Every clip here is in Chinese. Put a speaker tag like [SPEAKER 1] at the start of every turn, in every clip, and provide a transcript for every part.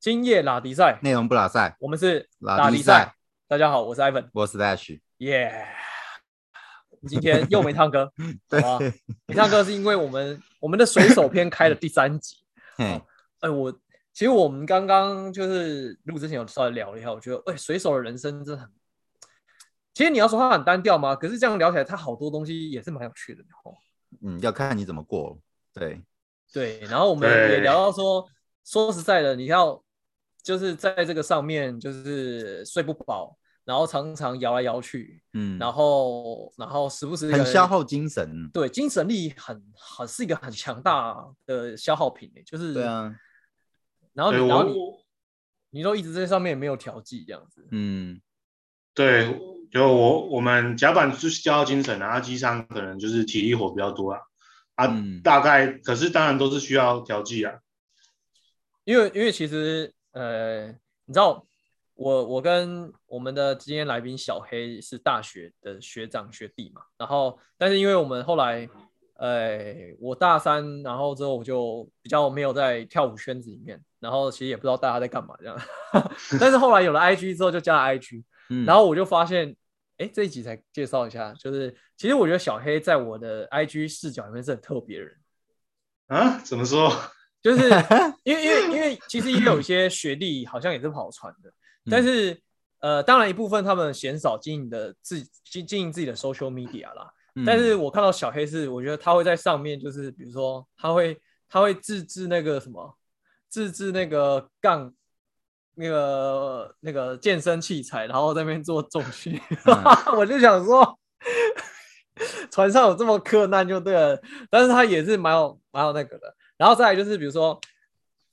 [SPEAKER 1] 今夜拉迪赛，
[SPEAKER 2] 内容不拉赛，
[SPEAKER 1] 我们是
[SPEAKER 2] 拉
[SPEAKER 1] 迪
[SPEAKER 2] 迪赛，
[SPEAKER 1] 大家好，我是 Ivan，
[SPEAKER 2] 我是 Dash，
[SPEAKER 1] 耶、我们今天又没唱 歌，
[SPEAKER 2] 对，
[SPEAKER 1] 好啊没唱歌是因为我们我们的水手篇开了第三集。
[SPEAKER 2] 嘿，
[SPEAKER 1] 哎、我其实我们刚刚就是录之前有稍微聊了一下，我觉得，哎、水手的人生真的很，其实你要说他很单调吗？可是这样聊起来，他好多东西也是蛮有趣的哦。
[SPEAKER 2] 嗯，要看你怎么过，对，
[SPEAKER 1] 对，然后我们
[SPEAKER 3] 对
[SPEAKER 1] 也聊到说，说实在的，你要就是在这个上面就是睡不饱，然后常常摇来摇去，
[SPEAKER 2] 嗯，
[SPEAKER 1] 然后然后时不时
[SPEAKER 2] 很
[SPEAKER 1] 有人
[SPEAKER 2] 消耗精神，
[SPEAKER 1] 对，精神力很很是一个很强大的消耗品、欸，就是
[SPEAKER 2] 对，啊，
[SPEAKER 1] 然后
[SPEAKER 3] 对
[SPEAKER 1] 哦你然后你
[SPEAKER 3] 哎我
[SPEAKER 1] 你都一直在上面没有调剂这样子，
[SPEAKER 2] 嗯，
[SPEAKER 3] 对，就我我们甲板就是消耗精神啊，机上可能就是体力活比较多啊，啊，
[SPEAKER 2] 嗯
[SPEAKER 3] 大概可是当然都是需要调剂啊，
[SPEAKER 1] 因为因为其实呃，你知道我我跟我们的今天来宾小黑是大学的学长学弟嘛，然后但是因为我们后来呃我大三，然后之后我就比较没有在跳舞圈子里面，然后其实也不知道大家在干嘛这样， 但是后来有了 IG 之后就加了 IG，
[SPEAKER 2] 嗯
[SPEAKER 1] 然后我就发现，哎，这一集才介绍一下，就是其实我觉得小黑在我的 IG 视角里面是很特别的人，
[SPEAKER 3] 啊，怎么说？
[SPEAKER 1] 就是因为因为因为其实也有一些学历好像也是跑船的，但是、呃，当然一部分他们嫌少经营的自经经营自己的 social media 啦，
[SPEAKER 2] 嗯
[SPEAKER 1] 但是我看到小黑是，我觉得他会在上面，就是比如说他会他会自制那个什么，自制那个杠。那个那个健身器材，然后在那边做重训， 我就想说，船上有这么困难就对了，但是他也是蛮有蛮有那个的。然后再来就是，比如说，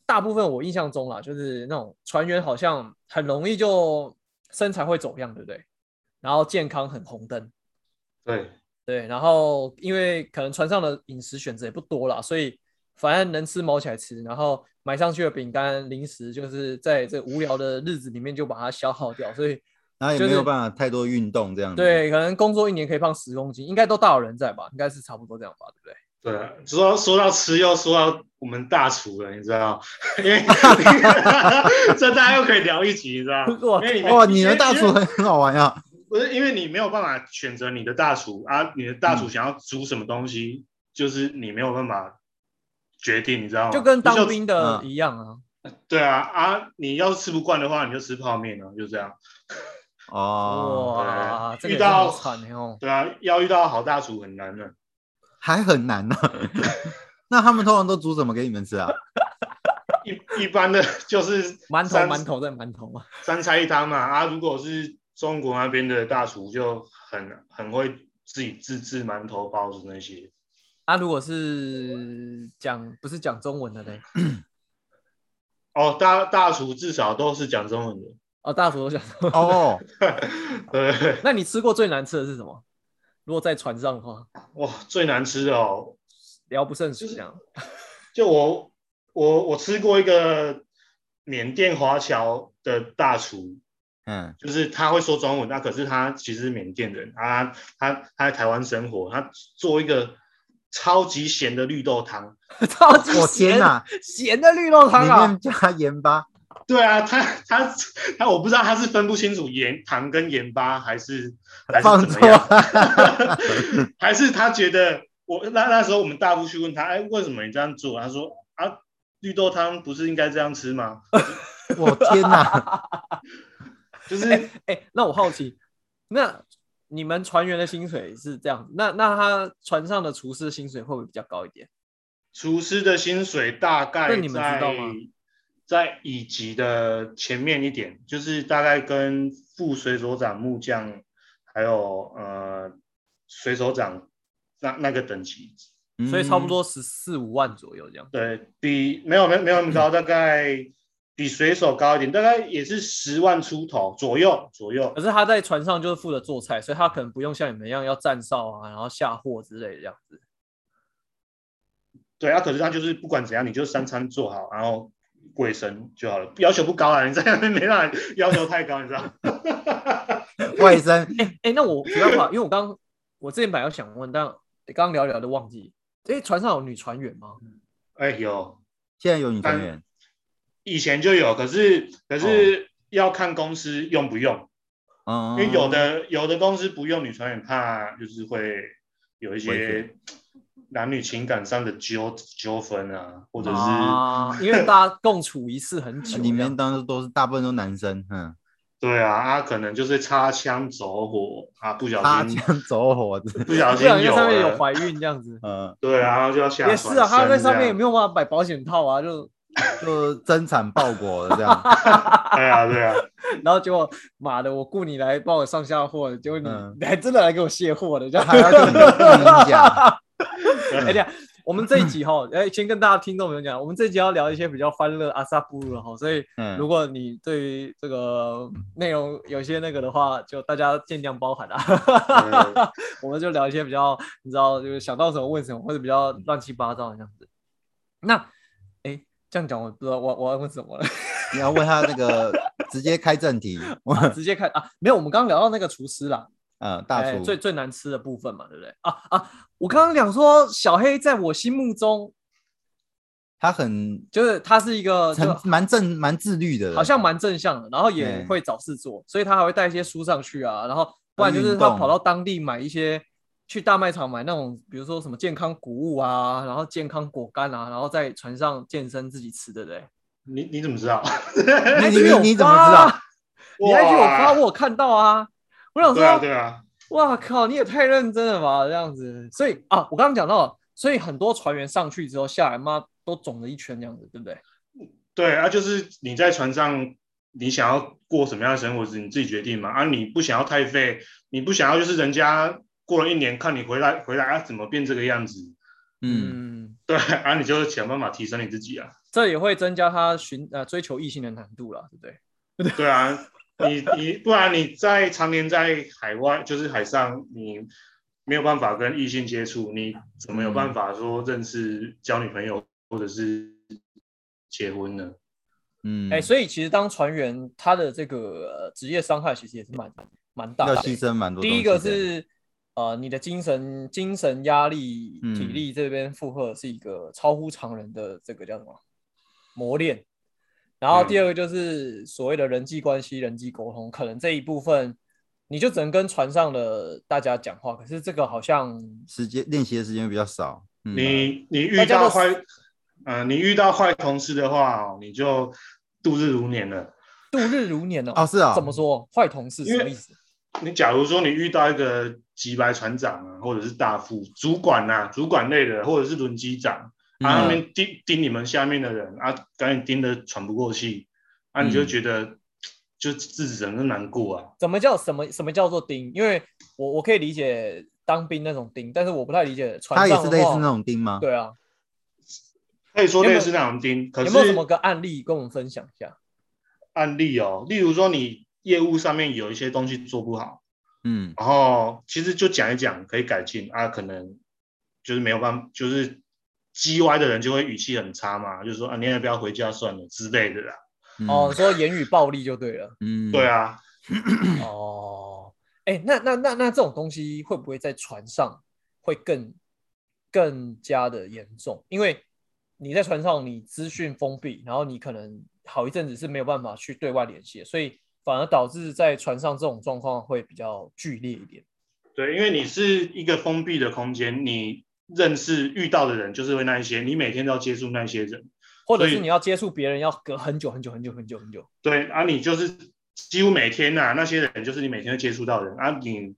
[SPEAKER 1] 大部分我印象中啦，就是那种船员好像很容易就身材会走样，对不对？然后健康很红灯，
[SPEAKER 3] 对，
[SPEAKER 1] 对，然后因为可能船上的饮食选择也不多啦，所以反正能吃毛起来吃，然后买上去的饼干、零食，就是在这无聊的日子里面就把它消耗掉。
[SPEAKER 3] 嗯
[SPEAKER 1] 所以
[SPEAKER 2] 然后也
[SPEAKER 1] 就
[SPEAKER 2] 没有
[SPEAKER 1] 是
[SPEAKER 2] 办法太多运动这样子，，
[SPEAKER 1] 对，可能工作一年可以胖十公斤，应该都大有人在吧？应该是差不多这样吧，对不对？
[SPEAKER 3] 对啊，说到说到吃，又说到我们大厨了，你知道？ 因为这大家又可以聊一集，你知道？
[SPEAKER 1] 哇
[SPEAKER 3] 因为你
[SPEAKER 2] 哇，你的大
[SPEAKER 3] 因
[SPEAKER 2] 厨
[SPEAKER 3] 为
[SPEAKER 2] 很很好玩啊，
[SPEAKER 3] 不是因为你没有办法选择你的大厨啊，你的
[SPEAKER 1] 嗯
[SPEAKER 3] 大厨想要煮什么东西，就是你没有办法决定，你知道吗？
[SPEAKER 1] 就跟
[SPEAKER 3] 不
[SPEAKER 1] 当
[SPEAKER 3] 是
[SPEAKER 1] 兵的
[SPEAKER 2] 嗯
[SPEAKER 1] 一样啊。
[SPEAKER 3] 对啊啊，你要是吃不惯的话，你就吃泡面啊，就这样。
[SPEAKER 2] 哦，
[SPEAKER 1] 哇，这个也
[SPEAKER 3] 对遇
[SPEAKER 1] 是
[SPEAKER 3] 到
[SPEAKER 1] 好惨哦。
[SPEAKER 3] 对啊，要遇到好大厨很难的。
[SPEAKER 2] 还很难呢， 那他们通常都煮什么给你们吃啊？
[SPEAKER 3] 一一 般的就是
[SPEAKER 1] 馒头，
[SPEAKER 3] 三
[SPEAKER 1] 馒头再馒头嘛。
[SPEAKER 3] 三菜一汤嘛啊。如果是中国那边的大厨，就很很会自己自制馒头包子那些。
[SPEAKER 1] 啊，如果是讲不是讲中文的嘞，
[SPEAKER 3] 哦，大大厨至少都是讲中文的。
[SPEAKER 1] 哦，大厨我想说，
[SPEAKER 2] 哦，
[SPEAKER 3] 对，
[SPEAKER 1] 那你吃过最难吃的是什么？如果在船上的话，
[SPEAKER 3] 哇，最难吃的哦，
[SPEAKER 1] 聊不胜数这样。
[SPEAKER 3] 就我我我吃过一个缅甸华侨的大厨，
[SPEAKER 2] 嗯，
[SPEAKER 3] 就是他会说中文，那可是他其实是缅甸人啊，他他在台湾生活，他做一个超级咸的绿豆汤。
[SPEAKER 1] 超级
[SPEAKER 2] 我天
[SPEAKER 1] 咸
[SPEAKER 2] 哪，
[SPEAKER 1] 咸的绿豆汤
[SPEAKER 2] 里
[SPEAKER 1] 啊！
[SPEAKER 2] 面加盐巴，
[SPEAKER 3] 对啊，他他他，我不知道他是分不清楚盐糖跟盐巴还是还是
[SPEAKER 2] 放
[SPEAKER 3] 怎
[SPEAKER 2] 错
[SPEAKER 3] 么样，还是他觉得我那那时候我们大夫去问他，哎，为什么你这样做？他说啊，绿豆汤不是应该这样吃吗？
[SPEAKER 2] 我天哪，
[SPEAKER 3] 就是
[SPEAKER 1] 哎、那我好奇，那你们船员的薪水是这样，那那他船上的厨师薪水会不会比较高一点？
[SPEAKER 3] 厨师的薪水大概
[SPEAKER 1] 那
[SPEAKER 3] 在
[SPEAKER 1] 你们知道吗
[SPEAKER 3] 在乙级的前面一点，就是大概跟副水手长、木匠，还有呃水手长那那个等级，
[SPEAKER 1] 所以差不多十四五万左右这样。
[SPEAKER 3] 对比没有没有没有那么高，大概比水手高一点，大概也是十万出头左右左右
[SPEAKER 1] 可。是他在船上就是负责做菜，所以他可能不用像你们一样要站哨啊，然后下货之类的这样子。
[SPEAKER 3] 对啊，可是他就是不管怎样，你就三餐做好，然后卫生就好了，要求不高啊，你在那边没办法要求太高，你知道吗。
[SPEAKER 2] 嗯外 甥，
[SPEAKER 1] 哎、哎、那我没办法，因为我刚我之前本来要想问，但刚刚聊一聊都忘记。哎、船上有女船员吗？
[SPEAKER 3] 哎有，
[SPEAKER 2] 现在有女团员，
[SPEAKER 3] 以前就有，可是可
[SPEAKER 1] 哦
[SPEAKER 3] 是要看公司用不用，
[SPEAKER 2] 嗯，
[SPEAKER 3] 因为有
[SPEAKER 1] 哦
[SPEAKER 3] 的有的公司不用女船员，怕就是会有一
[SPEAKER 2] 危
[SPEAKER 3] 些男女情感上的纠纠纷啊，或者是、
[SPEAKER 1] 啊，因为大家共处一室很久，
[SPEAKER 2] 里面当时都是大部分都男生，嗯，
[SPEAKER 3] 对啊，啊可能就是擦枪走火啊，不
[SPEAKER 2] 擦
[SPEAKER 3] 小心
[SPEAKER 2] 枪走火的，，
[SPEAKER 3] 不小
[SPEAKER 1] 不
[SPEAKER 3] 心
[SPEAKER 1] 小心
[SPEAKER 3] 有
[SPEAKER 1] 上面有
[SPEAKER 3] 了
[SPEAKER 1] 怀孕这样子
[SPEAKER 2] 嗯，
[SPEAKER 3] 对啊，然后就要下
[SPEAKER 1] 也是啊，他在上面也
[SPEAKER 3] 有？
[SPEAKER 1] 没有办法买保险套啊，就
[SPEAKER 2] 就增产报国的这样，
[SPEAKER 3] 对啊对啊，
[SPEAKER 1] 然后结果妈的，我雇你来帮我上下货，结果你、
[SPEAKER 2] 嗯
[SPEAKER 1] 你还真的来给我卸货的，这样
[SPEAKER 2] 还要跟你跟 你讲，
[SPEAKER 1] 哎呀，我们这一集哈，哎，先跟大家听众朋友讲，我们这一集要聊一些比较欢乐阿萨布鲁的哈，所以
[SPEAKER 2] 嗯，
[SPEAKER 1] 如果你对于这个内容有些那个的话，就大家见谅包涵
[SPEAKER 3] 嗯
[SPEAKER 1] 啊。 我们就聊一些比较，你知道，就是想到什么问什么，或者比较乱七八糟的这样子。那，哎，这样讲我不知道我我要问什么了，
[SPEAKER 2] 你要问他那个直接开正题，我
[SPEAKER 1] 啊直接看啊，没有，我们刚刚聊到那个厨师啦，
[SPEAKER 2] 呃大
[SPEAKER 1] 哎
[SPEAKER 2] 厨
[SPEAKER 1] 最最难吃的部分嘛，对不对？啊啊，我刚刚讲说小黑在我心目中
[SPEAKER 2] 他很
[SPEAKER 1] 就是他是一个哦就
[SPEAKER 2] 很蛮正蛮自律的人，
[SPEAKER 1] 好像蛮正向的，然后也
[SPEAKER 2] 嗯
[SPEAKER 1] 会找事做，所以他还会带一些书上去啊，然后不然就是
[SPEAKER 2] 运
[SPEAKER 1] 他
[SPEAKER 2] 动
[SPEAKER 1] 跑到当地买一些，
[SPEAKER 3] 嗯
[SPEAKER 1] 去大卖场买那种，比如说什么健康谷物啊，然后健康果干啊，然后在船上健身自己吃，对不 对？
[SPEAKER 3] 你你怎么知道？
[SPEAKER 1] 你还
[SPEAKER 2] 你
[SPEAKER 1] 去
[SPEAKER 2] 你
[SPEAKER 1] 有
[SPEAKER 2] 你怎么
[SPEAKER 1] 发
[SPEAKER 2] 知道？？
[SPEAKER 1] 你还去有
[SPEAKER 3] 哇
[SPEAKER 1] 发，我有看到啊，我想
[SPEAKER 3] 对啊
[SPEAKER 1] 说，
[SPEAKER 3] 对啊，
[SPEAKER 1] 哇靠，你也太认真了吧，这样子，所以啊，我刚刚讲到了，所以很多船员上去之后下来，妈都肿了一圈这样子，对不对？
[SPEAKER 3] 对啊，就是你在船上，你想要过什么样的生活是你自己决定嘛。啊，你不想要太废，你不想要就是人家过了一年看你回来回来啊，怎么变这个样子？
[SPEAKER 2] 嗯，
[SPEAKER 1] 嗯
[SPEAKER 3] 对啊，你就想办法提升你自己啊。
[SPEAKER 1] 这也会增加他寻呃追求异性的难度了，对不对？
[SPEAKER 3] 对啊，你你不然你在常年在海外，就是海上，你没有办法跟异性接触，你怎么有办法说认识交女朋友或者是结婚呢？
[SPEAKER 2] 嗯，
[SPEAKER 1] 哎、所以其实当船员，他的这个呃职、业伤害其实也是蛮蛮大
[SPEAKER 2] 要
[SPEAKER 1] 的。
[SPEAKER 2] 牺牲蛮多东
[SPEAKER 1] 第
[SPEAKER 2] 西的。
[SPEAKER 1] 一个是呃，你的精神精神压力、
[SPEAKER 2] 嗯
[SPEAKER 1] 体力这边负荷是一个超乎常人的这个叫什么磨练。然
[SPEAKER 2] 嗯
[SPEAKER 1] 后第二个就是所谓的人际关系、人际沟通，可能这一部分你就只能跟船上的大家讲话，可是这个好像
[SPEAKER 2] 时间练习的时间比较少，嗯，
[SPEAKER 3] 你你
[SPEAKER 1] 大
[SPEAKER 3] 遇
[SPEAKER 1] 家
[SPEAKER 3] 到
[SPEAKER 1] 都
[SPEAKER 3] 坏，呃，你遇到坏同事的话哦，你就度日如年了。
[SPEAKER 1] 度日如年哦。
[SPEAKER 2] 哦是啊
[SPEAKER 1] 怎么说？坏同事什
[SPEAKER 3] 因
[SPEAKER 1] 么
[SPEAKER 3] 为
[SPEAKER 1] 意思？
[SPEAKER 3] 你假如说你遇到一个级白船长啊，或者是大副主管啊，主管类的，或者是轮机长，
[SPEAKER 2] 嗯
[SPEAKER 3] 啊，他们盯盯你们下面的人啊，赶紧盯得喘不过气，啊，
[SPEAKER 2] 嗯
[SPEAKER 3] 你就觉得就自己人都难过啊。
[SPEAKER 1] 怎么叫什么什么叫做钉？因为我我可以理解当兵那种钉，但是我不太理解船
[SPEAKER 2] 他
[SPEAKER 1] 上的
[SPEAKER 2] 也是类似
[SPEAKER 1] 话
[SPEAKER 2] 那种钉吗？
[SPEAKER 1] 对啊，
[SPEAKER 3] 可以
[SPEAKER 1] 有
[SPEAKER 3] 说
[SPEAKER 1] 没有
[SPEAKER 3] 类似那种盯，可
[SPEAKER 1] 有没有什
[SPEAKER 3] 是
[SPEAKER 1] 么个案例跟我们分享一下？
[SPEAKER 3] 案例哦，例如说你业务上面有一些东西做不好，
[SPEAKER 2] 嗯，
[SPEAKER 3] 然后其实就讲一讲可以改进啊，可能就是没有办法，就是叽歪的人就会语气很差嘛，就说啊，你要不要回家算了之类的啦。
[SPEAKER 2] 嗯
[SPEAKER 1] 哦，，说言语暴力就对了。
[SPEAKER 2] 嗯，
[SPEAKER 3] 对，啊，
[SPEAKER 1] 哦，哎、那那那那这种东西会不会在船上会更更加的严重？因为你在船上，你资讯封闭，然后你可能好一阵子是没有办法去对外联系的，所以反而导致在船上这种状况会比较剧烈一点。
[SPEAKER 3] 对，因为你是一个封闭的空间，你认识遇到的人就是会那一些，你每天都要接触那一些人，
[SPEAKER 1] 或者
[SPEAKER 3] 所
[SPEAKER 1] 是
[SPEAKER 3] 以
[SPEAKER 1] 你要接触别人，要隔很久很久很久很久很久。
[SPEAKER 3] 对，啊，你就是几乎每天呐、那些人就是你每天会接触到的人，啊，你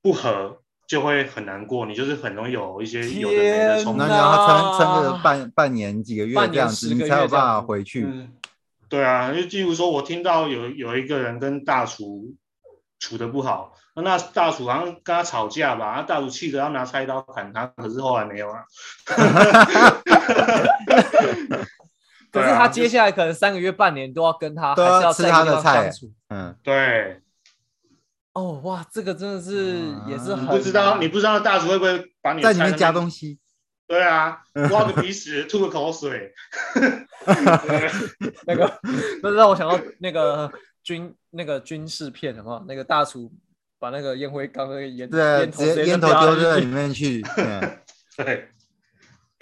[SPEAKER 3] 不合就会很难过，你就是很容易有一些有的没的冲
[SPEAKER 1] 天。哪
[SPEAKER 2] 然后你
[SPEAKER 3] 突
[SPEAKER 2] 要他撑撑个半半年几个月
[SPEAKER 1] 啊半年
[SPEAKER 2] 这样
[SPEAKER 1] 十
[SPEAKER 2] 子，
[SPEAKER 1] 个
[SPEAKER 2] 你
[SPEAKER 1] 月
[SPEAKER 2] 才有
[SPEAKER 1] 这样
[SPEAKER 2] 办法
[SPEAKER 1] 子
[SPEAKER 2] 回去。
[SPEAKER 3] 嗯，对啊，就例如说，我听到有有一个人跟大厨处的不好，那大厨好像跟他吵架吧，啊大厨气得要拿菜刀砍他，可是后来没有啊。
[SPEAKER 1] 可是
[SPEAKER 3] 对啊
[SPEAKER 1] 他
[SPEAKER 3] 就
[SPEAKER 1] 接下来可能三个月、半年都要跟他，
[SPEAKER 2] 都
[SPEAKER 1] 还
[SPEAKER 2] 要
[SPEAKER 1] 是要
[SPEAKER 2] 吃
[SPEAKER 1] 在一个
[SPEAKER 2] 他
[SPEAKER 1] 地
[SPEAKER 2] 的
[SPEAKER 1] 方
[SPEAKER 2] 菜
[SPEAKER 1] 相处。
[SPEAKER 2] 嗯，
[SPEAKER 3] 对，
[SPEAKER 1] 哦，哇，这个真的是也是
[SPEAKER 2] 啊
[SPEAKER 1] 很
[SPEAKER 3] 不知道嗯你不知道大厨会不会把你的
[SPEAKER 2] 在里
[SPEAKER 3] 菜
[SPEAKER 2] 面加
[SPEAKER 3] 西？
[SPEAKER 2] 东西，
[SPEAKER 3] 对 啊，挖个鼻屎，吐个口水。
[SPEAKER 1] 那 个，那让我想到那个军那个军事片，好不好？那个大厨把那个烟灰缸那个烟
[SPEAKER 2] 对，
[SPEAKER 1] 烟头
[SPEAKER 2] 直接烟头
[SPEAKER 1] 掉
[SPEAKER 2] 丢
[SPEAKER 1] 下
[SPEAKER 2] 在
[SPEAKER 1] 去
[SPEAKER 2] 里面去，嗯
[SPEAKER 3] 对，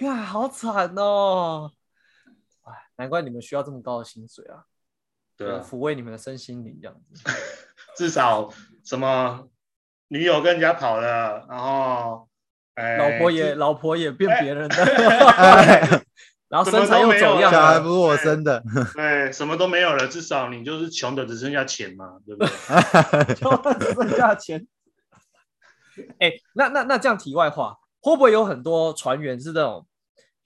[SPEAKER 1] 哇，好惨哦！哎，难怪你们需要这么高的薪水啊，
[SPEAKER 3] 对啊，
[SPEAKER 1] 抚慰你们的身心灵这样子。
[SPEAKER 3] 至少什么女友跟人家跑了，然后哎，
[SPEAKER 1] 老婆也
[SPEAKER 3] 自
[SPEAKER 1] 老婆也变别人的，
[SPEAKER 2] 哎
[SPEAKER 1] 然后身材又走样
[SPEAKER 2] 小孩不
[SPEAKER 1] 了，
[SPEAKER 2] 是我 生的，
[SPEAKER 3] 对什么都没有了，至少你就是穷的只剩下钱嘛，对不对？
[SPEAKER 1] 就剩下钱。 哎、那那那这样题外话，会不会有很多船员是那种，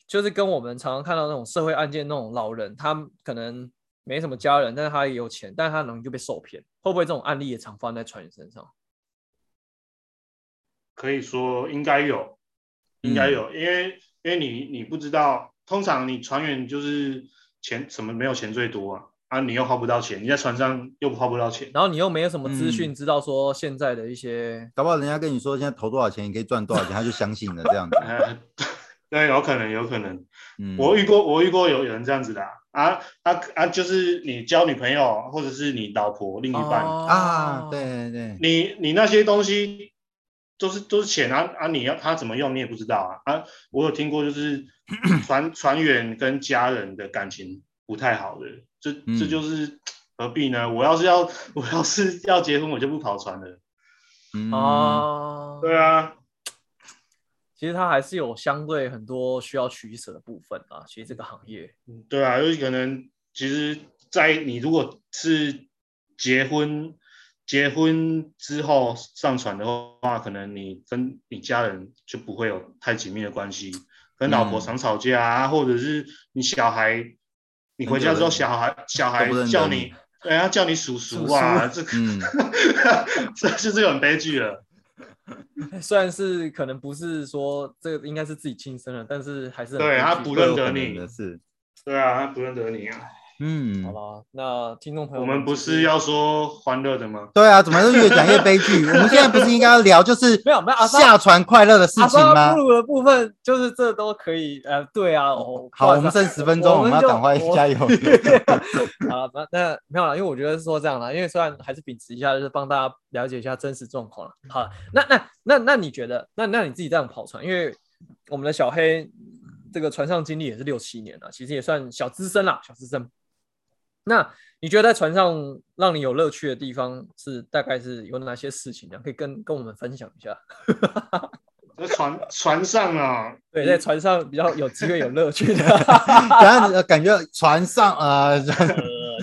[SPEAKER 1] 就是跟我们常常看到那种社会案件那种老人，他们可能没什么家人，但是他也有钱，但是他容易就被受骗，会不会这种案例也常发生在船员身上？
[SPEAKER 3] 可以说应该有，应
[SPEAKER 2] 嗯
[SPEAKER 3] 该有，因为因为你你不知道，通常你船员就是钱什么没有钱最多啊，啊你又花不到钱，你在船上又花不到钱，
[SPEAKER 1] 然后你又没有什么资讯
[SPEAKER 2] 嗯
[SPEAKER 1] 知道说现在的一些，
[SPEAKER 2] 搞不好人家跟你说现在投多少钱，你可以赚多少钱，他就相信了这样子。
[SPEAKER 3] 呃 对，有可能有可能，
[SPEAKER 2] 嗯，
[SPEAKER 3] 我遇过我遇过有有人这样子的啊啊啊啊，就是你交女朋友或者是你老婆另一半，
[SPEAKER 1] 哦
[SPEAKER 2] 啊，对对对，
[SPEAKER 3] 你你那些东西都是都是钱啊啊！你要他怎么用你也不知道啊啊！我有听过，就是船船员跟家人的感情不太好的，这
[SPEAKER 2] 嗯
[SPEAKER 3] 这就是、何必呢？我要是要我要是要结婚，我就不跑船了。
[SPEAKER 1] 啊
[SPEAKER 2] 嗯，
[SPEAKER 1] 哦，
[SPEAKER 3] 对啊，
[SPEAKER 1] 其实它还是有相对很多需要取舍的部分啊。其实这个行业，
[SPEAKER 3] 嗯对啊，有可能其实，在你如果是结婚结婚之后上船的话，可能你跟你家人就不会有太紧密的关系，跟老婆
[SPEAKER 2] 嗯
[SPEAKER 3] 常吵架啊，或者是你小孩，你回家之后
[SPEAKER 2] 很久
[SPEAKER 3] 小孩小孩
[SPEAKER 2] 都不认得
[SPEAKER 3] 叫
[SPEAKER 2] 你
[SPEAKER 3] 你，人家叫你叔叔啊，这个、
[SPEAKER 2] 嗯，
[SPEAKER 3] 这就是很悲剧了。
[SPEAKER 1] 虽然是可能不是说这个应该是自己亲生的，但是还是很
[SPEAKER 3] 对
[SPEAKER 1] 悲
[SPEAKER 3] 它
[SPEAKER 1] 剧
[SPEAKER 3] 不
[SPEAKER 2] 都有
[SPEAKER 3] 认得
[SPEAKER 2] 可能
[SPEAKER 3] 你
[SPEAKER 2] 的是，
[SPEAKER 3] 对啊，他不认得你啊。
[SPEAKER 2] 嗯
[SPEAKER 1] 好，啦，那听众朋友，
[SPEAKER 3] 我们不是要说欢乐的吗？
[SPEAKER 2] 对啊，怎么是越讲越悲剧？我们现在不是应该要聊就是
[SPEAKER 1] 没有没有阿莎
[SPEAKER 2] 下船快乐的事
[SPEAKER 1] 阿
[SPEAKER 2] 情
[SPEAKER 1] 萨
[SPEAKER 2] 吗
[SPEAKER 1] 布？鲁的部分，就是这都可以。呃，对啊，哦，
[SPEAKER 2] 好，我们剩十分钟，
[SPEAKER 1] 我
[SPEAKER 2] 我
[SPEAKER 1] 们
[SPEAKER 2] 们要
[SPEAKER 1] 就
[SPEAKER 2] 赶快
[SPEAKER 1] 我
[SPEAKER 2] 加油。
[SPEAKER 1] 啊，那那没有啦，因为我觉得是说这样啦，因为虽然还是秉持一下，就是帮大家了解一下真实状况啦。好啦，那那那那你觉得，那那你自己这样跑船，因为我们的小黑这个船上经历也是六七年了，其实也算小资深啦，小资深。那你觉得在船上让你有乐趣的地方是大概是有哪些事情呢？可以跟跟我们分享一下。
[SPEAKER 3] 那船船上啊，
[SPEAKER 1] 对，在船上比较有机会有乐趣 的，
[SPEAKER 2] 然后感觉船上呃，
[SPEAKER 1] 呃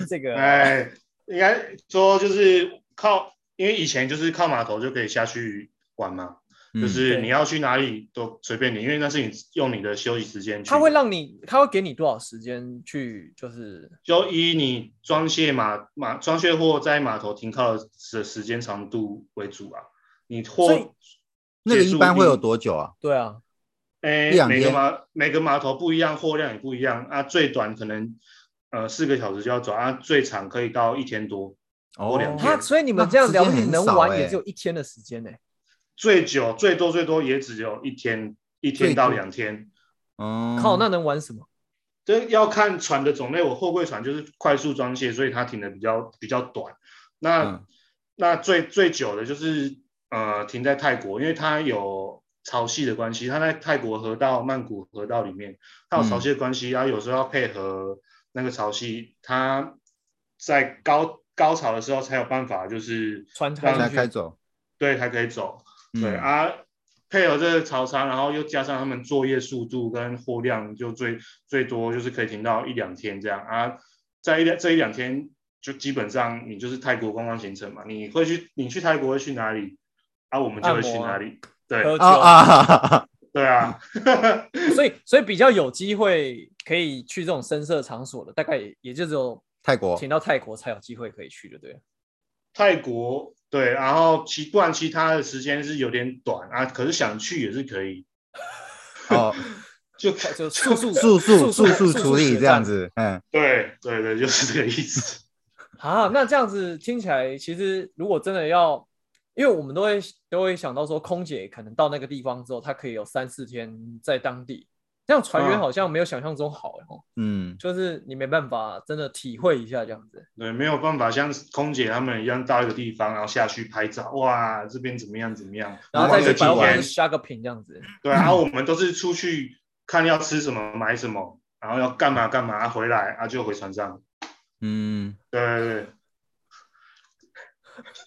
[SPEAKER 1] 这
[SPEAKER 2] 啊
[SPEAKER 1] 个
[SPEAKER 3] 哎，应该说就是靠，因为以前就是靠码头就可以下去玩嘛，就
[SPEAKER 2] 嗯
[SPEAKER 3] 是
[SPEAKER 1] 对
[SPEAKER 3] 你要去哪里都随便你，因为那是你用你的休息时间去。
[SPEAKER 1] 他会让你，他会给你多少时间去，就是
[SPEAKER 3] 就依你装卸码码装卸货在码头停靠的时间长度为主啊。你
[SPEAKER 1] 所以
[SPEAKER 3] 货
[SPEAKER 2] 那个
[SPEAKER 3] 结
[SPEAKER 2] 一
[SPEAKER 3] 束
[SPEAKER 2] 般会
[SPEAKER 3] 并
[SPEAKER 2] 有多久啊？
[SPEAKER 1] 对啊，
[SPEAKER 3] 哎
[SPEAKER 2] 一，两
[SPEAKER 3] 每个
[SPEAKER 2] 天
[SPEAKER 3] 码每个码头不一样，货量也不一样啊。最短可能呃四个小时就要走啊，最长可以到一天多，
[SPEAKER 2] 哦，
[SPEAKER 3] 两天
[SPEAKER 1] 他所以你们这样
[SPEAKER 2] 那时
[SPEAKER 1] 聊
[SPEAKER 2] 间
[SPEAKER 1] 天
[SPEAKER 2] 很
[SPEAKER 1] 能
[SPEAKER 2] 少
[SPEAKER 1] 玩
[SPEAKER 2] 欸
[SPEAKER 1] 也只有一天的时间欸呢、
[SPEAKER 3] 最久最多最多也只有一天一天
[SPEAKER 2] 最
[SPEAKER 3] 到
[SPEAKER 2] 多
[SPEAKER 3] 两天。
[SPEAKER 2] 嗯
[SPEAKER 1] 靠，那能玩什么？
[SPEAKER 3] 这要看船的种类，我货柜船就是快速装卸，所以它停的比较比较短。那、
[SPEAKER 2] 嗯
[SPEAKER 3] 那最最久的就是呃停在泰国，因为它有潮汐的关系，它在泰国河道、曼谷河道里面，它有
[SPEAKER 2] 嗯
[SPEAKER 3] 潮汐的关系，然后有时候要配合那个潮汐，它在高高潮的时候才有办法，就是
[SPEAKER 1] 船开
[SPEAKER 3] 让
[SPEAKER 1] 进
[SPEAKER 2] 才
[SPEAKER 1] 去
[SPEAKER 2] 开走，
[SPEAKER 3] 对才可以走。对
[SPEAKER 2] 嗯，
[SPEAKER 3] 啊，配合这个潮商，然后又加上他们作业速度跟货量，就最最多就是可以停到一两天这样啊。在一两这一两天，就基本上你就是泰国观光行程嘛，你会去你去泰国会去哪里？啊，我们就会去哪里？
[SPEAKER 1] 喝
[SPEAKER 3] 对
[SPEAKER 1] 酒，
[SPEAKER 2] 啊啊，
[SPEAKER 3] 对啊，
[SPEAKER 1] 所以所以比较有机会可以去这种深色场所的，大概也也就只有
[SPEAKER 2] 泰国
[SPEAKER 1] 请到泰国才有机会可以去，对不 对了？
[SPEAKER 3] 泰国对，然后其不然其他的时间是有点短啊，可是想去也是可以，
[SPEAKER 2] 哦，
[SPEAKER 3] 就
[SPEAKER 1] 就速速
[SPEAKER 2] 速速速
[SPEAKER 1] 速
[SPEAKER 2] 速处理
[SPEAKER 1] 决
[SPEAKER 2] 这样
[SPEAKER 1] 战
[SPEAKER 2] 子，嗯，
[SPEAKER 3] 对对对，就是这个意思。
[SPEAKER 1] 啊，那这样子听起来，其实如果真的要，因为我们都会都会想到说，空姐可能到那个地方之后，她可以有三四天在当地，这样船员
[SPEAKER 3] 嗯
[SPEAKER 1] 好像没有想象中好、欸哦，
[SPEAKER 2] 嗯，
[SPEAKER 1] 就是你没办法真的体会一下这样子。
[SPEAKER 3] 对，没有办法像空姐他们一样到一个地方，然后下去拍照，哇，这边怎么样怎么样，
[SPEAKER 1] 然后
[SPEAKER 2] 我
[SPEAKER 1] 再
[SPEAKER 2] 们有
[SPEAKER 1] 去
[SPEAKER 2] 几
[SPEAKER 3] 这几
[SPEAKER 1] 百货公
[SPEAKER 3] 天
[SPEAKER 1] 司，
[SPEAKER 3] 啊
[SPEAKER 1] 下个品这样子。
[SPEAKER 3] 对，然后我们都是出去看要吃什么买什么，然后要干嘛干嘛、啊回来啊就回船上。
[SPEAKER 2] 嗯，
[SPEAKER 3] 对对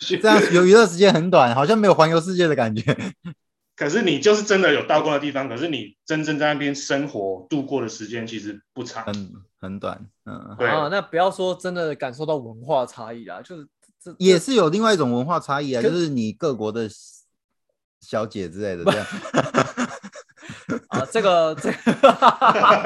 [SPEAKER 3] 对，
[SPEAKER 2] 这样有娱乐时间很短，好像没有环游世界的感觉。
[SPEAKER 3] 可是你就是真的有到过的地方，可是你真正在那边生活度过的时间其实不长。
[SPEAKER 2] 很很短，嗯，
[SPEAKER 3] 对
[SPEAKER 1] 啊，那不要说真的感受到文化差异啦，就是这
[SPEAKER 2] 也是有另外一种文化差异啊，
[SPEAKER 1] 可
[SPEAKER 2] 就是你各国的小姐之类的，这样
[SPEAKER 1] 啊，这个 这个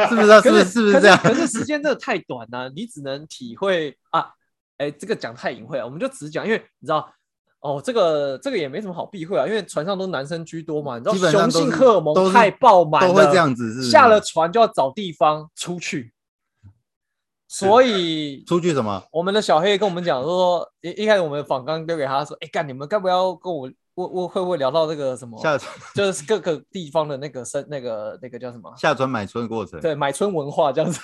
[SPEAKER 2] 是不是啊？
[SPEAKER 1] 可
[SPEAKER 2] 是不是是不是这样？
[SPEAKER 1] 可是可是时间真的太短了、你只能体会啊，哎，这个讲太隐晦了，我们就只讲，因为你知道。哦，这个这个也没什么好避讳啊，因为船上都男生居多嘛，你知道
[SPEAKER 2] 基本
[SPEAKER 1] 雄
[SPEAKER 2] 上都
[SPEAKER 1] 性
[SPEAKER 2] 是
[SPEAKER 1] 荷尔
[SPEAKER 2] 都
[SPEAKER 1] 蒙
[SPEAKER 2] 是
[SPEAKER 1] 太爆满了，
[SPEAKER 2] 都会这样子，是不是
[SPEAKER 1] 下了船就要找地方出去。所以
[SPEAKER 2] 出去什么？
[SPEAKER 1] 我们的小黑跟我们讲说，一一开始我们访刚丢给他说，哎、干你们该不要跟我我我会不会聊到这个什么，
[SPEAKER 2] 下
[SPEAKER 1] 就是各个地方的那个生那个那个叫什么？
[SPEAKER 2] 下船买春的过程，
[SPEAKER 1] 对，买春文化这样子，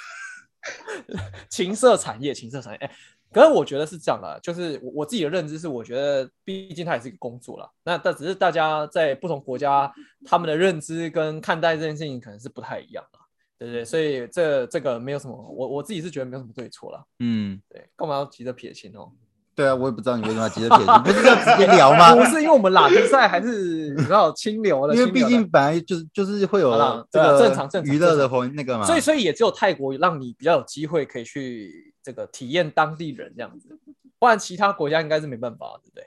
[SPEAKER 1] 情色产业，情色产业。哎、可是我觉得是这样啦，就是我我自己的认知是，我觉得毕竟它也是一个工作啦。那但只是大家在不同国家，他们的认知跟看待这件事情可能是不太一样啦，对不对？所以这这个没有什么，我我自己是觉得没有什么对错啦。
[SPEAKER 2] 嗯，
[SPEAKER 1] 对，干嘛要急着撇清哦？
[SPEAKER 2] 对啊，我也不知道你为什么要急着撇清， 不是要直接聊吗？
[SPEAKER 1] 不是因为我们拉比赛还是你知道清流的，
[SPEAKER 2] 因为
[SPEAKER 1] 清
[SPEAKER 2] 毕
[SPEAKER 1] 流的
[SPEAKER 2] 竟本来就是就是会有
[SPEAKER 1] 好啦
[SPEAKER 2] 这
[SPEAKER 1] 对啊
[SPEAKER 2] 个
[SPEAKER 1] 正常正常
[SPEAKER 2] 娱乐的环那个嘛，
[SPEAKER 1] 所以所以也只有泰国让你比较有机会可以去这个体验当地人这样子，不然其他国家应该是没办法，对不对？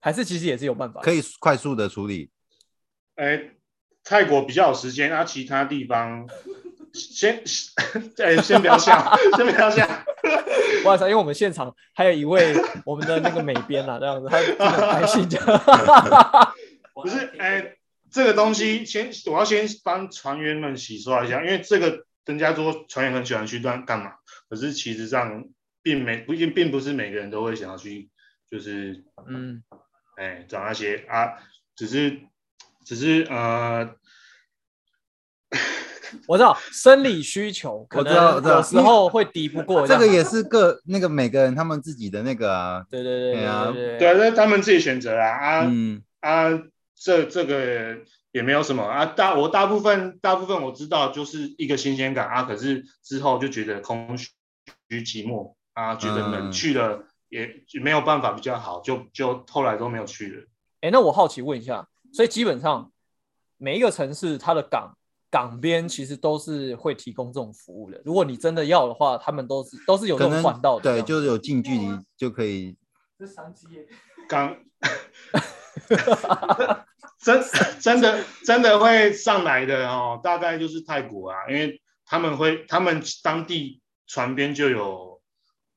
[SPEAKER 1] 还是其实也是有办法，
[SPEAKER 2] 可
[SPEAKER 1] 以
[SPEAKER 2] 以快速的处理。
[SPEAKER 3] 哎，泰国比较有时间，啊，其他地方先， 哎，先不要笑， 先不要笑。
[SPEAKER 1] 哇啊塞！因为我们现场还有一位我们的那个美编啊，这样子，他真的很开心这样。
[SPEAKER 3] 不是，哎，这个东西先，我要先帮船员们洗刷一下，因为这个人家说船员很喜欢去干干嘛，可是其实上并没不并并不是每个人都会想要去，就是
[SPEAKER 1] 嗯，
[SPEAKER 3] 哎找那些啊，只是只是呃，
[SPEAKER 1] 我知道生理需求可
[SPEAKER 2] 我知道
[SPEAKER 1] 能
[SPEAKER 2] 我知道
[SPEAKER 1] 有时候会敌不过
[SPEAKER 2] 这
[SPEAKER 1] 样
[SPEAKER 2] 个也是个那个每个人他们自己的那个啊，
[SPEAKER 1] 对对对
[SPEAKER 2] 对啊
[SPEAKER 1] 对对
[SPEAKER 3] 对啊，那他们自己选择啦啊。
[SPEAKER 2] 嗯，
[SPEAKER 3] 啊，这这个也没有什么啊。大我大部分大部分我知道就是一个新鲜感啊，可是之后就觉得空虚、寂寞啊，觉得冷，
[SPEAKER 2] 嗯
[SPEAKER 3] 去了也没有办法比较好，就就后来都没有去了。
[SPEAKER 1] 哎，那我好奇问一下，所以基本上每一个城市它的港港边其实都是会提供这种服务的。如果你真的要的话，他们都是都是有这
[SPEAKER 2] 可
[SPEAKER 1] 种
[SPEAKER 2] 能
[SPEAKER 1] 管道的。
[SPEAKER 2] 对，就是有近距离就可以。
[SPEAKER 1] 这三级耶。
[SPEAKER 3] 刚 真真的真的会上来的哦，大概就是泰国啊，因为他们会他们当地船边就有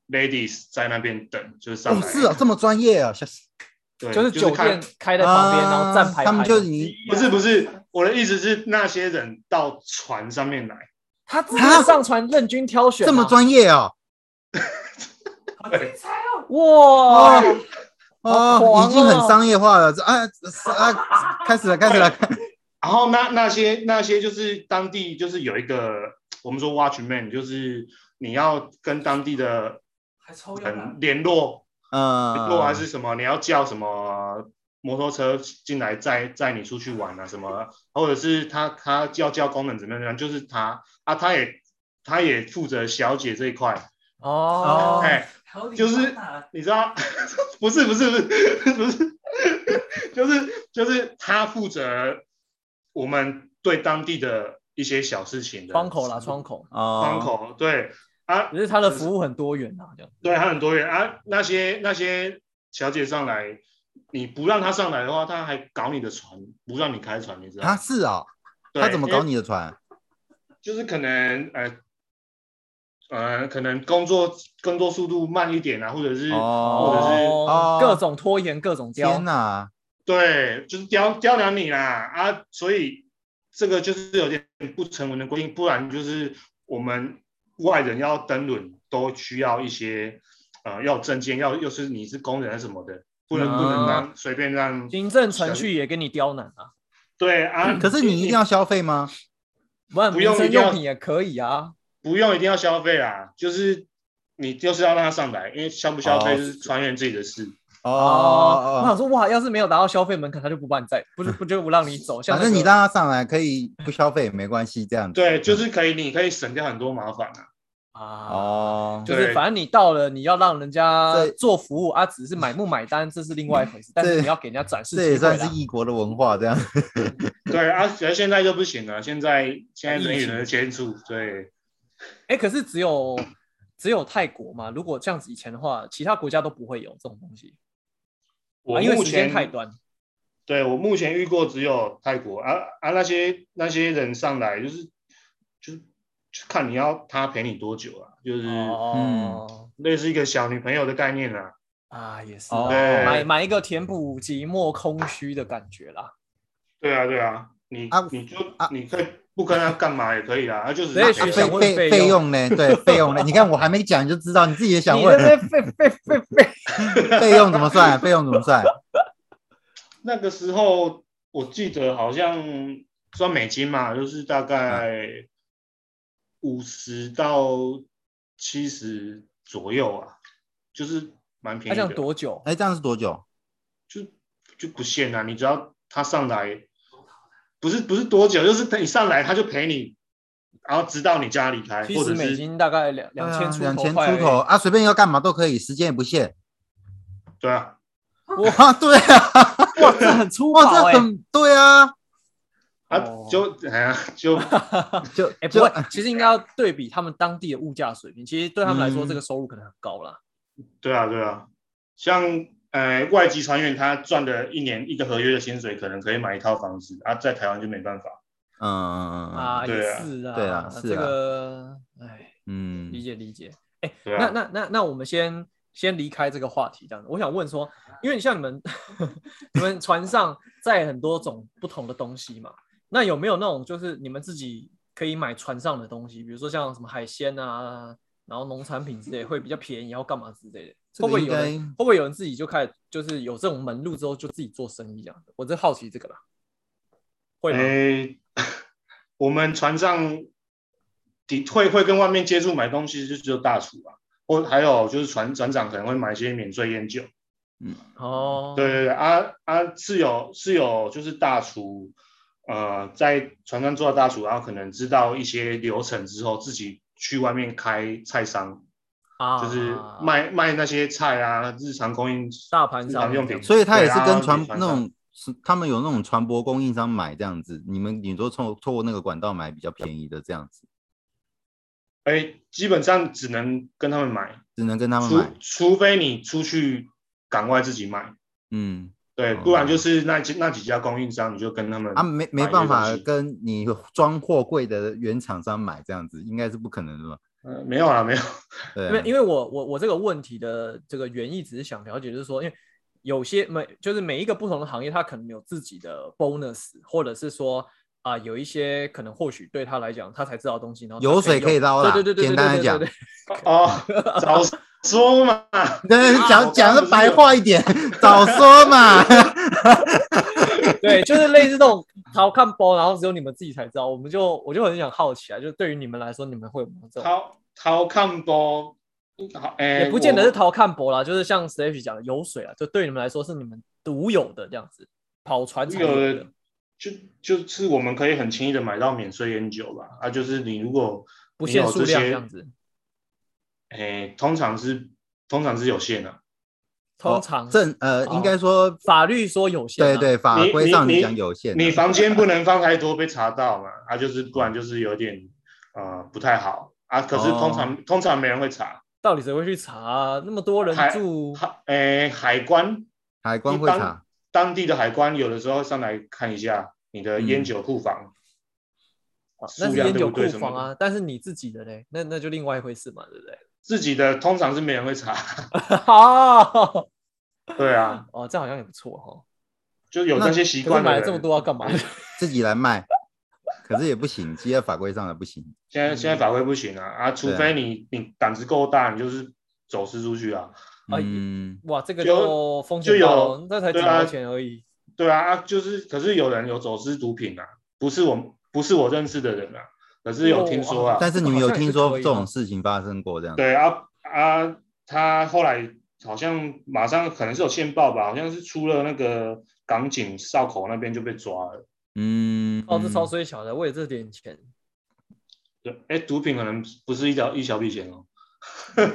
[SPEAKER 3] ladies 在那边等，就是上
[SPEAKER 2] 哦，
[SPEAKER 3] 来。
[SPEAKER 2] 是啊，这么专业啊，像
[SPEAKER 3] 对，
[SPEAKER 1] 就是酒
[SPEAKER 3] 看
[SPEAKER 1] 店开在旁边，然后站牌
[SPEAKER 2] 啊他们
[SPEAKER 1] 排
[SPEAKER 2] 就
[SPEAKER 1] 的
[SPEAKER 2] 已经
[SPEAKER 3] 不是不是，我的意思是那些人到船上面来，
[SPEAKER 1] 他直接上传任君挑选啊，
[SPEAKER 2] 啊这么专业哦，
[SPEAKER 1] 哇！好狂
[SPEAKER 2] 哦，已经很
[SPEAKER 1] 哦
[SPEAKER 2] 商业化了，这啊是啊，开始了，开始了，
[SPEAKER 3] 然后那那些那些就是当地就是有一个我们说 watchman，就是你要跟当地的
[SPEAKER 1] 还抽
[SPEAKER 3] 人联络，联络还
[SPEAKER 2] 嗯，
[SPEAKER 3] 是什么，你要叫什么摩托车进来载载你出去玩啊什么，或者是他他叫叫工人怎么样怎么样，就是他啊他也他也负责小姐这一块，
[SPEAKER 1] 哦
[SPEAKER 2] 哦，
[SPEAKER 3] 哎、就是你知道， 不是不是不是 不是，就是就是他负责我们对当地的一些小事情的
[SPEAKER 1] 窗口啦，窗口，
[SPEAKER 2] 哦，
[SPEAKER 3] 窗口对啊
[SPEAKER 1] 只，是他的服务很多元啊，这样。
[SPEAKER 3] 对，他很多人啊，那些那些小姐上来，你不让她上来的话，她还搞你的船，不让你开船，你知道
[SPEAKER 2] 他
[SPEAKER 1] 啊
[SPEAKER 3] 吗？
[SPEAKER 2] 是哦，
[SPEAKER 3] 对
[SPEAKER 2] 他怎么搞？
[SPEAKER 3] 因为
[SPEAKER 2] 你的船？
[SPEAKER 3] 就是可能呃。呃，可能工作工作速度慢一点啊，或者是、或者是
[SPEAKER 1] 哦
[SPEAKER 2] 哦
[SPEAKER 1] 各种拖延，各种刁
[SPEAKER 2] 天。哪，
[SPEAKER 3] 对，就是刁刁难你啦啊，所以这个就是有点不成文的规定，不然就是我们外人要登轮都需要一些呃，要有证件，要又是你是工人还是什么的，不能不能
[SPEAKER 1] 啊
[SPEAKER 3] 让、随便让
[SPEAKER 1] 行政程序也给你刁难啊，
[SPEAKER 3] 对
[SPEAKER 1] 嗯
[SPEAKER 3] 啊。
[SPEAKER 2] 可是你一定要消费吗？
[SPEAKER 1] 不然
[SPEAKER 3] 不
[SPEAKER 1] 民
[SPEAKER 3] 用
[SPEAKER 1] 生
[SPEAKER 3] 一定要
[SPEAKER 1] 用品也可以啊。
[SPEAKER 3] 不用一定要消费啦，就是你就是要让他上来，因为消不消费
[SPEAKER 2] 哦
[SPEAKER 3] 就是船员自己的事。
[SPEAKER 1] 哦，我
[SPEAKER 2] 哦
[SPEAKER 1] 想说哇，要是没有达到消费门槛，他就不把你载，不 是不就不让你走。像那
[SPEAKER 2] 反
[SPEAKER 1] 个
[SPEAKER 2] 正你让他上来可以不消费也没关系，这样子。
[SPEAKER 3] 对，就是可以，你可以省掉很多麻烦啊。
[SPEAKER 1] 啊，
[SPEAKER 2] 哦，
[SPEAKER 1] 就是
[SPEAKER 3] 对
[SPEAKER 1] 反正你到了，你要让人家
[SPEAKER 2] 这
[SPEAKER 1] 做服务啊，只是买不买单，这是另外一回 事。但是
[SPEAKER 2] 这
[SPEAKER 1] 你要给人家展示，
[SPEAKER 2] 这也算是异国的文化，这样。
[SPEAKER 3] 对啊，可是现在就不行了，现在现在人与人的
[SPEAKER 1] 疫
[SPEAKER 3] 接触，对，
[SPEAKER 1] 哎、可是只有只有泰国嘛？如果这样子以前的话，其他国家都不会有这种东西，
[SPEAKER 3] 我
[SPEAKER 1] 啊、因为
[SPEAKER 3] 目
[SPEAKER 1] 时间
[SPEAKER 3] 前
[SPEAKER 1] 太短。
[SPEAKER 3] 对我目前遇过只有泰国啊啊那些那些人上来就是就是就看你要他陪你多久啊，就是嗯
[SPEAKER 1] 哦、
[SPEAKER 3] 类似一个小女朋友的概念啊。
[SPEAKER 1] 啊，也是、
[SPEAKER 2] 哦
[SPEAKER 1] 买买一个填补寂寞空虚的感觉啦。
[SPEAKER 3] 对啊对啊，你
[SPEAKER 2] 啊
[SPEAKER 3] 你就
[SPEAKER 2] 啊
[SPEAKER 3] 你可以不跟他干嘛也可以啊，啊就只是
[SPEAKER 1] 对
[SPEAKER 3] 陪
[SPEAKER 1] 学
[SPEAKER 2] 费
[SPEAKER 1] 想
[SPEAKER 3] 他
[SPEAKER 1] 问
[SPEAKER 2] 费
[SPEAKER 1] 费
[SPEAKER 2] 费
[SPEAKER 1] 用
[SPEAKER 2] 用呢？对，费用呢？你看我还没讲你就知道，你自己也想
[SPEAKER 1] 你在
[SPEAKER 2] 问
[SPEAKER 1] 那边费费费费，
[SPEAKER 2] 费用怎么算？费用怎么算？
[SPEAKER 3] 那个时候我记得好像算美金嘛，就是大概五十到七十左右啊，就是蛮
[SPEAKER 1] 他
[SPEAKER 3] 便宜
[SPEAKER 1] 这样
[SPEAKER 3] 的，
[SPEAKER 1] 多久？
[SPEAKER 2] 哎，这样是多久？
[SPEAKER 3] 就就不限啊。你只要他上来，不是不是多久，就是等你上来他就陪你，然后直到你家离开，
[SPEAKER 1] 七
[SPEAKER 3] 或
[SPEAKER 1] 十
[SPEAKER 3] 者
[SPEAKER 1] 美
[SPEAKER 3] 是
[SPEAKER 1] 金大概两两千出
[SPEAKER 2] 啊两千
[SPEAKER 1] 头块而已
[SPEAKER 2] 出头，啊，随便要干嘛都可以，时间也不限。
[SPEAKER 3] 对啊，
[SPEAKER 2] 哇，对啊，
[SPEAKER 1] 哇，这很 粗
[SPEAKER 2] 哇，
[SPEAKER 1] 暴哎、
[SPEAKER 2] 这很对啊，
[SPEAKER 3] 啊
[SPEAKER 1] 哦
[SPEAKER 3] 就 哎呀就
[SPEAKER 2] 就
[SPEAKER 1] 哎、不
[SPEAKER 2] 就
[SPEAKER 1] 会，其实应该要对比他们当地的物价水平，其实对他们来说，
[SPEAKER 2] 嗯
[SPEAKER 1] 这个收入可能很高啦。
[SPEAKER 3] 对啊对啊，像。呃，外籍船员他赚的一年一个合约的薪水，可能可以买一套房子啊，在台湾就没办法。
[SPEAKER 2] 嗯
[SPEAKER 1] 啊，也
[SPEAKER 3] 对啊
[SPEAKER 1] 是啊，
[SPEAKER 2] 对啊是
[SPEAKER 1] 这
[SPEAKER 2] 啊
[SPEAKER 1] 个，哎，理
[SPEAKER 2] 嗯
[SPEAKER 1] 解理解。
[SPEAKER 3] 对
[SPEAKER 1] 那
[SPEAKER 3] 啊，
[SPEAKER 1] 那那那我们先先离开这个话题，这样子。我想问
[SPEAKER 3] 啊
[SPEAKER 1] 说，因为像你们 你们船上载很多种不同的东西嘛，那有没有那种就是你们自己可以买船上的东西，比如说像什么海鲜啊，然后农产品之类会比较便宜，然后干嘛之类的？
[SPEAKER 2] 这
[SPEAKER 1] 会不会
[SPEAKER 2] 个应
[SPEAKER 1] 有人
[SPEAKER 2] 该
[SPEAKER 1] 会不会有人自己就开始就是有这种门路之后就自己做生意这样子？我真好奇这个啦。会吗？
[SPEAKER 3] 诶、 我们船上的会会跟外面接触买东西，就只有大厨啊，或还有就是船船长可能会买一些免税烟酒。
[SPEAKER 1] 哦，
[SPEAKER 3] 对对对，啊啊是有是有就是大厨，呃，在船上做到大厨，然后可能知道一些流程之后，自己去外面开菜商，
[SPEAKER 1] 啊，
[SPEAKER 3] 就是卖卖那些菜啊，日常供应。
[SPEAKER 1] 大盘
[SPEAKER 3] 日
[SPEAKER 1] 商
[SPEAKER 3] 常用
[SPEAKER 1] 这样
[SPEAKER 3] 品
[SPEAKER 2] 所以他也是
[SPEAKER 3] 对啊
[SPEAKER 2] 跟传
[SPEAKER 3] 你想
[SPEAKER 2] 那种是他们有那种船舶供应商买这样子，你们你都透透过那个管道买比较便宜的这样子，
[SPEAKER 3] 哎，基本上只能跟他们买，
[SPEAKER 2] 只能跟他们
[SPEAKER 3] 除
[SPEAKER 2] 买，
[SPEAKER 3] 除非你出去港外自己买。
[SPEAKER 2] 嗯
[SPEAKER 3] 对，
[SPEAKER 2] 哦
[SPEAKER 3] 不然就是那几那几家供应商，你就跟他们
[SPEAKER 2] 啊没没办
[SPEAKER 3] 买这
[SPEAKER 2] 法
[SPEAKER 3] 个东西
[SPEAKER 2] 跟你装货柜的原厂商买这样子，应该是不可能的吧？
[SPEAKER 3] 呃没有啦，没有，
[SPEAKER 2] 对
[SPEAKER 1] 因
[SPEAKER 2] 啊
[SPEAKER 1] 为因为我我我这个问题的这个原意只是想了解，就是说，因为有些每就是每一个不同的行业，它可能有自己的 bonus，或者是说啊、有一些可能或许对他来讲，他才知道的东西，然后他
[SPEAKER 2] 油水可以捞啦
[SPEAKER 1] 对对对对，
[SPEAKER 2] 简单来讲
[SPEAKER 1] 对对对
[SPEAKER 3] 哦，早说嘛，
[SPEAKER 2] 对
[SPEAKER 3] 啊
[SPEAKER 2] 讲
[SPEAKER 3] 我
[SPEAKER 2] 讲
[SPEAKER 3] 刚刚
[SPEAKER 2] 的
[SPEAKER 3] 不是
[SPEAKER 2] 白
[SPEAKER 3] 有
[SPEAKER 2] 话一点， 早说嘛。
[SPEAKER 1] 对对，就是类似这种好看包，然后只有你们自己才知道，我们就我就很想好奇啊，就对于你们来说，你们会有没有这种？
[SPEAKER 3] 逃逃看波，好，哎，
[SPEAKER 1] 也不见得
[SPEAKER 3] 我
[SPEAKER 1] 是淘看博啦，就是像 Steve 讲的油水啊，就对你们来说是你们独有的这样子，跑船才
[SPEAKER 3] 有
[SPEAKER 1] 有
[SPEAKER 3] 的
[SPEAKER 1] 的。
[SPEAKER 3] 就就是我们可以很轻易的买到免税烟酒吧，啊，就是你如果
[SPEAKER 1] 不
[SPEAKER 3] 你
[SPEAKER 1] 限
[SPEAKER 3] 有
[SPEAKER 1] 数
[SPEAKER 3] 这
[SPEAKER 1] 量
[SPEAKER 3] 些
[SPEAKER 1] 这样子，
[SPEAKER 3] 哎，通常是通常是有限的，
[SPEAKER 1] 通常哦
[SPEAKER 2] 正呃，应该说
[SPEAKER 1] 法律说有限、
[SPEAKER 2] 对
[SPEAKER 1] 啊，
[SPEAKER 2] 对，法
[SPEAKER 3] 你
[SPEAKER 2] 规
[SPEAKER 3] 你
[SPEAKER 2] 上
[SPEAKER 3] 你
[SPEAKER 2] 讲有限
[SPEAKER 3] 你
[SPEAKER 2] 的，
[SPEAKER 3] 房间不能放太多，被查到嘛，啊，就是不然就是有点呃不太好啊，可是通
[SPEAKER 1] 哦
[SPEAKER 3] 常通常没人会查，
[SPEAKER 1] 到底谁会去查啊、那么多人
[SPEAKER 3] 还
[SPEAKER 1] 住，
[SPEAKER 3] 海哎海关
[SPEAKER 2] 海关
[SPEAKER 3] 一
[SPEAKER 2] 会
[SPEAKER 3] 般
[SPEAKER 2] 查。
[SPEAKER 3] 当地的海关有的时候上来看一下你的烟酒库房，
[SPEAKER 1] 嗯哦那
[SPEAKER 3] 数
[SPEAKER 1] 是
[SPEAKER 3] 量
[SPEAKER 1] 烟
[SPEAKER 3] 对
[SPEAKER 1] 酒
[SPEAKER 3] 不
[SPEAKER 1] 库
[SPEAKER 3] 对什么
[SPEAKER 1] 房
[SPEAKER 3] 的，
[SPEAKER 1] 啊，但是你自己的嘞，那那就另外一回事嘛，对不 对？
[SPEAKER 3] 自己的通常是没人 会查。
[SPEAKER 1] 哦，
[SPEAKER 3] 对啊，
[SPEAKER 1] 哦，这样好像也不错哈、哦。
[SPEAKER 3] 就有
[SPEAKER 2] 那
[SPEAKER 3] 这些习
[SPEAKER 1] 可是
[SPEAKER 3] 惯的
[SPEAKER 1] 买
[SPEAKER 3] 人
[SPEAKER 1] 了这么，多要 干嘛？
[SPEAKER 2] 自己来卖，可是也不行，基于法规上的不行。
[SPEAKER 3] 现在
[SPEAKER 1] 嗯
[SPEAKER 3] 现在法规不行啊啊，除非你你胆子够大，你就是走私出去啊。
[SPEAKER 1] 哎
[SPEAKER 2] 嗯，
[SPEAKER 1] 哇，这个
[SPEAKER 3] 就
[SPEAKER 1] 就风险
[SPEAKER 3] 就有
[SPEAKER 1] 大哦，那才几
[SPEAKER 3] 对啊
[SPEAKER 1] 毛钱而已。
[SPEAKER 3] 对啊啊，就是可是有人有走私毒品啊，不是我不是我认识的人啊，可是有听说
[SPEAKER 1] 哦
[SPEAKER 3] 啊。
[SPEAKER 2] 但是你们有听
[SPEAKER 1] 好像也
[SPEAKER 2] 说
[SPEAKER 1] 是可以
[SPEAKER 2] 这
[SPEAKER 1] 哦
[SPEAKER 2] 种事情发生过这样子？
[SPEAKER 3] 对啊啊，他后来好像马上可能是有线报吧，好像是出了那个港警哨口那边就被抓了。
[SPEAKER 2] 嗯，
[SPEAKER 1] 哦，这超衰小的，为了这点钱，
[SPEAKER 3] 对，哎，毒品可能不是一条一小笔 钱哦。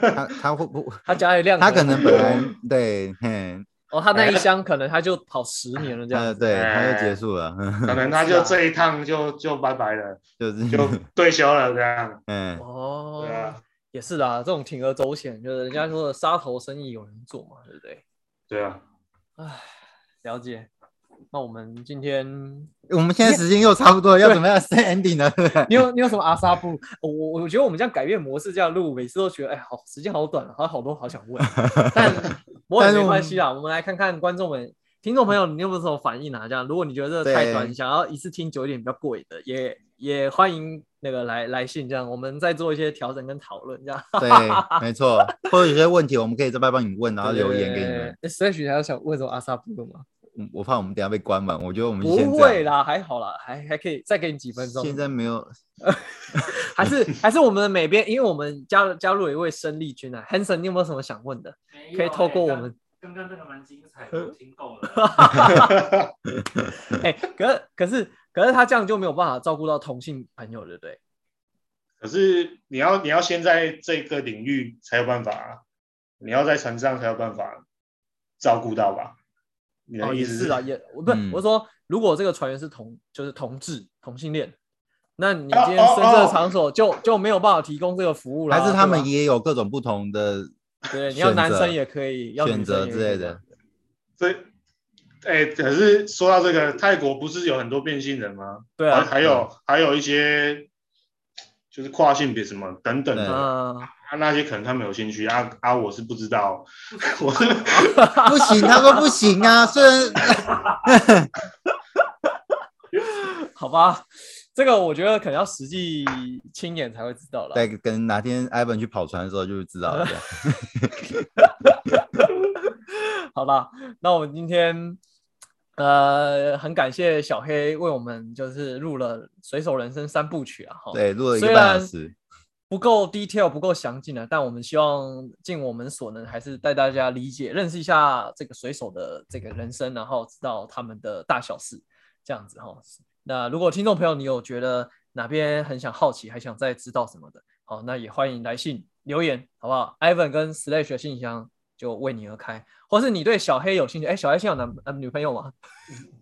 [SPEAKER 2] 他他会不？
[SPEAKER 1] 他家里量
[SPEAKER 2] 他可能
[SPEAKER 1] 很
[SPEAKER 2] 本
[SPEAKER 1] 多
[SPEAKER 2] 来对，嘿，
[SPEAKER 1] 哦，他那一箱可能他就跑十年了这样
[SPEAKER 2] 他
[SPEAKER 1] 子，
[SPEAKER 2] 对他就
[SPEAKER 3] 哎
[SPEAKER 2] 结束了，
[SPEAKER 3] 可能他
[SPEAKER 1] 啊
[SPEAKER 3] 就这一趟就就拜拜了，
[SPEAKER 2] 就是
[SPEAKER 3] 就退休了这样。
[SPEAKER 2] 嗯，
[SPEAKER 1] 哦
[SPEAKER 3] 对，啊，
[SPEAKER 1] 也是啦，这种铤而走险，就是人家说的杀头生意有人做嘛，对不对？
[SPEAKER 3] 对啊，
[SPEAKER 1] 唉，了解。那我们今天，
[SPEAKER 2] 我们现在时间又差不多，要怎么样 say ending 呢？ 对不对
[SPEAKER 1] 你有你有什么阿萨布？我我我觉得我们这样改变模式这样录，每次都觉得哎，好时间好短，好像好多好想问，但不过也
[SPEAKER 2] 但是
[SPEAKER 1] 没关
[SPEAKER 2] 我们
[SPEAKER 1] 系啦。我们来看看观众们、听众朋友，你有没有什么反应啊？这样，如果你觉得这个太短，
[SPEAKER 2] 对
[SPEAKER 1] 想要一次听久一点比较过瘾的，也也欢迎那个来来信，这样我们再做一些调整跟讨论，这样。
[SPEAKER 2] 对，没错，或者有些问题我们可以再帮你问，然后
[SPEAKER 1] 对
[SPEAKER 2] 留言给你们。。
[SPEAKER 1] s h 还有想问什么阿萨布的吗？
[SPEAKER 2] 我我怕我们等一下被关门，我觉得我们
[SPEAKER 1] 不
[SPEAKER 2] 先这样
[SPEAKER 1] 会，啦，还好啦，还还可以再给你几分钟。
[SPEAKER 2] 现在没有
[SPEAKER 1] 还是还是我们每边，因为我们加入加入了一位生力军啊，Hanson，你有没有什么想问的？
[SPEAKER 4] 没有
[SPEAKER 1] 可以透过
[SPEAKER 4] 欸
[SPEAKER 1] 我
[SPEAKER 4] 刚
[SPEAKER 1] 们，
[SPEAKER 4] 刚刚那个蛮精彩的，我听够了。
[SPEAKER 1] 哎、可是可是可是他这样就没有办法照顾到同性朋友，对不对？
[SPEAKER 3] 可是你要你要先在这个领域才有办法、啊，你要在船上才有办法照顾到吧？你
[SPEAKER 1] 哦，
[SPEAKER 3] 的意
[SPEAKER 1] 也
[SPEAKER 3] 思
[SPEAKER 1] 是啊，也我不是、
[SPEAKER 2] 嗯
[SPEAKER 1] 我说，如果这个船员是同就是同志同性恋，那你
[SPEAKER 3] 哦
[SPEAKER 1] 今天深
[SPEAKER 3] 哦
[SPEAKER 1] 色
[SPEAKER 3] 哦
[SPEAKER 1] 场所就就没有办法提供这个服务了，
[SPEAKER 2] 还是他
[SPEAKER 1] 对
[SPEAKER 2] 们
[SPEAKER 1] 吧
[SPEAKER 2] 也有各种不同的
[SPEAKER 1] 对，你要男
[SPEAKER 2] 选择
[SPEAKER 1] 生也可以，要
[SPEAKER 2] 选
[SPEAKER 1] 女生
[SPEAKER 2] 择
[SPEAKER 1] 也
[SPEAKER 2] 之
[SPEAKER 1] 可以
[SPEAKER 2] 类的。。
[SPEAKER 3] 这，哎、可是说到这个，泰国不是有很多变性人吗？
[SPEAKER 1] 对
[SPEAKER 3] 还
[SPEAKER 1] 啊，
[SPEAKER 3] 还有还有一些就是跨性别什么等等的，啊
[SPEAKER 1] 嗯，
[SPEAKER 3] 那些可能他们有兴趣啊啊，我是不知道，我是
[SPEAKER 2] 不行，他说不行 啊，虽然
[SPEAKER 1] 好吧，这个我觉得可能要实际亲眼才会知道了。
[SPEAKER 2] 在跟哪天 Ivan 去跑船的时候就知道了。
[SPEAKER 1] 好吧，那我们今天呃很感谢小黑为我们就是录了《水手人生》三部曲啊，哈，，
[SPEAKER 2] 对，录了一
[SPEAKER 1] 虽
[SPEAKER 2] 个半
[SPEAKER 1] 然
[SPEAKER 2] 小时，
[SPEAKER 1] 不够 detail 不够详尽的，但我们希望尽我们所能，还是带大家理解认识一下这个水手的这个人生，然后知道他们的大小事这样子哈。那如果听众朋友你有觉得哪边很想好奇，还想再知道什么的，好，那也欢迎来信留言，好不好？Ivan 跟 Slash 的信箱就为你而开，或是你对小黑有兴趣，哎，小黑现在有男呃女朋友吗？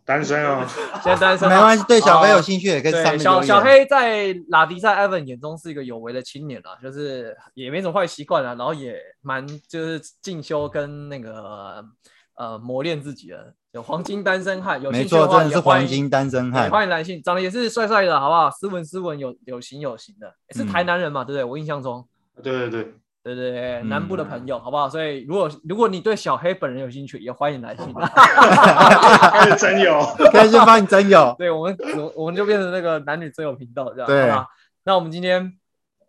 [SPEAKER 3] 单身哦，
[SPEAKER 1] 现在单身
[SPEAKER 2] 没
[SPEAKER 1] 吗？
[SPEAKER 2] 关系，对小黑有
[SPEAKER 1] 哦
[SPEAKER 2] 兴趣也可以上
[SPEAKER 1] 对，
[SPEAKER 2] 面
[SPEAKER 1] 小
[SPEAKER 2] 留
[SPEAKER 1] 小
[SPEAKER 2] 言。
[SPEAKER 1] 黑在拉迪赛 Evan 眼中是一个有为的青年啦，就是也没什么坏习惯啦，啊然后也蛮就是进修跟那个呃磨练自己的，有黄金单身汉，有
[SPEAKER 2] 没
[SPEAKER 1] 兴趣的
[SPEAKER 2] 错，
[SPEAKER 1] 话
[SPEAKER 2] 真
[SPEAKER 1] 也
[SPEAKER 2] 的是
[SPEAKER 1] 欢
[SPEAKER 2] 黄
[SPEAKER 1] 迎
[SPEAKER 2] 金单身
[SPEAKER 1] 对
[SPEAKER 2] 汉。
[SPEAKER 1] 欢迎来信，长得也是帅帅的，好不好？斯文斯文，有有型有型的，是
[SPEAKER 2] 嗯
[SPEAKER 1] 台南人嘛，对不对？我印象中。
[SPEAKER 3] 对对对，
[SPEAKER 1] 对对对，南部的
[SPEAKER 2] 嗯
[SPEAKER 1] 朋友，好不好？所以如果如果你对小黑本人有兴趣，也欢迎来信。
[SPEAKER 3] 开始真 有，
[SPEAKER 2] 开始帮你真有，
[SPEAKER 1] 对，我们我我们就变成那个男女真友频道这样，
[SPEAKER 2] 对
[SPEAKER 1] 好吧？那我们今天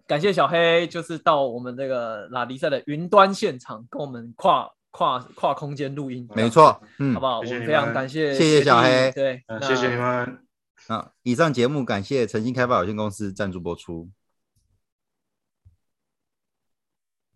[SPEAKER 1] 感谢小黑，就是到我们这个拉迪赛的云端现场，跟我们跨跨跨空间录音，
[SPEAKER 2] 没，错，嗯
[SPEAKER 1] 好不，好？
[SPEAKER 3] 谢谢
[SPEAKER 1] 我
[SPEAKER 3] 你
[SPEAKER 1] 们非常
[SPEAKER 3] 们
[SPEAKER 1] 感谢
[SPEAKER 2] 谢谢
[SPEAKER 1] 学弟
[SPEAKER 2] 小黑
[SPEAKER 1] 对
[SPEAKER 3] 呃嗯，谢谢你。们，
[SPEAKER 2] 好，以上节目感谢诚心开发有限公司赞助播出。